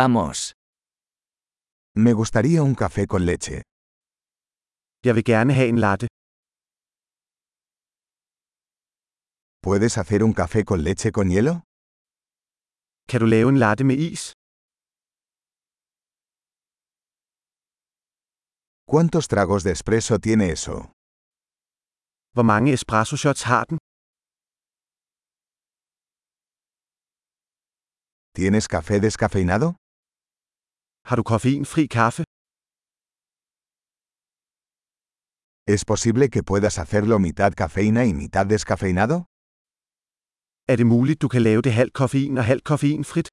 Vamos. Me gustaría un café con leche. Jeg vil gerne have en latte. ¿Puedes hacer un café con leche con hielo? Kan du lave en latte med is? ¿Cuántos tragos de espresso tiene eso? Hvor mange espresso shots har den? ¿Tienes café descafeinado? Har du koffeinfri kaffe? ¿Es posible que puedas hacerlo mitad cafeína y mitad descafeinado? Er det muligt, du kan lave det halv koffein og halv koffeinfrit?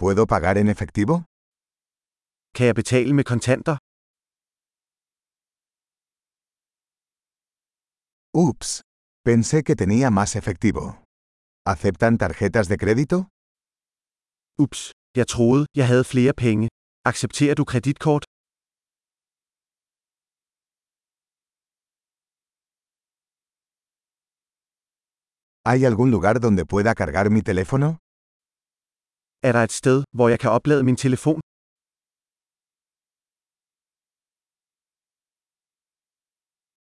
¿Puedo pagar en efectivo? Kan jeg betale med kontanter? Ups. Pensé que tenía más efectivo. ¿Aceptan tarjetas de crédito? Ups, jeg troede, jeg havde flere penge. Accepterer du kreditkort? ¿Hay algún lugar donde pueda cargar mi teléfono? Er der et sted, hvor jeg kan oplade min telefon?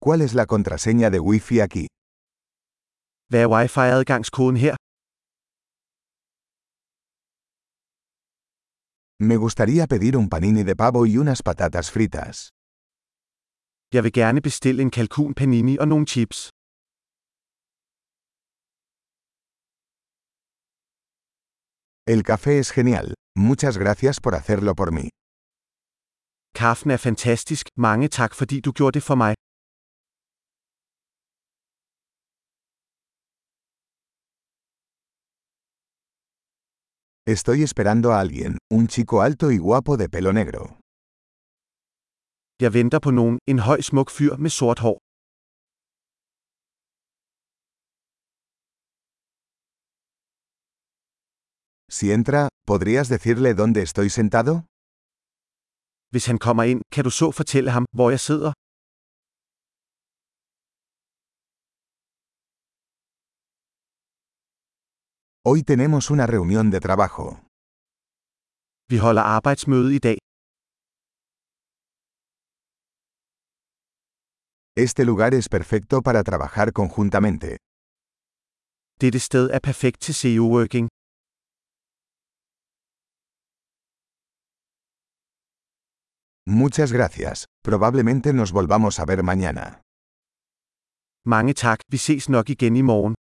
¿Cuál es la contraseña de Wi-Fi aquí? Hvad er wifi-adgangskoden her? Me gustaría pedir un panini de pavo y unas patatas fritas. Jeg vil gerne bestille en kalkun panini og nogle chips. El café es genial. Muchas gracias por hacerlo por mí. Kaffen er fantastisk. Mange tak, fordi du gjorde det for mig. Estoy esperando a alguien, un chico alto y guapo de pelo negro. Jeg venter på nogen, en høj smuk fyr med sort hår. Si entra, ¿podrías decirle dónde estoy sentado? Hvis han kommer ind, kan du så fortælle ham, hvor jeg sidder? Hoy tenemos una reunión de trabajo. Vi holder arbejdsmøde i dag. Este lugar es perfecto para trabajar conjuntamente. Dette sted er perfekt til E CEO-working. Muchas gracias. Probablemente nos volvamos a ver mañana. Mange tak, vi ses nok igen i morgen.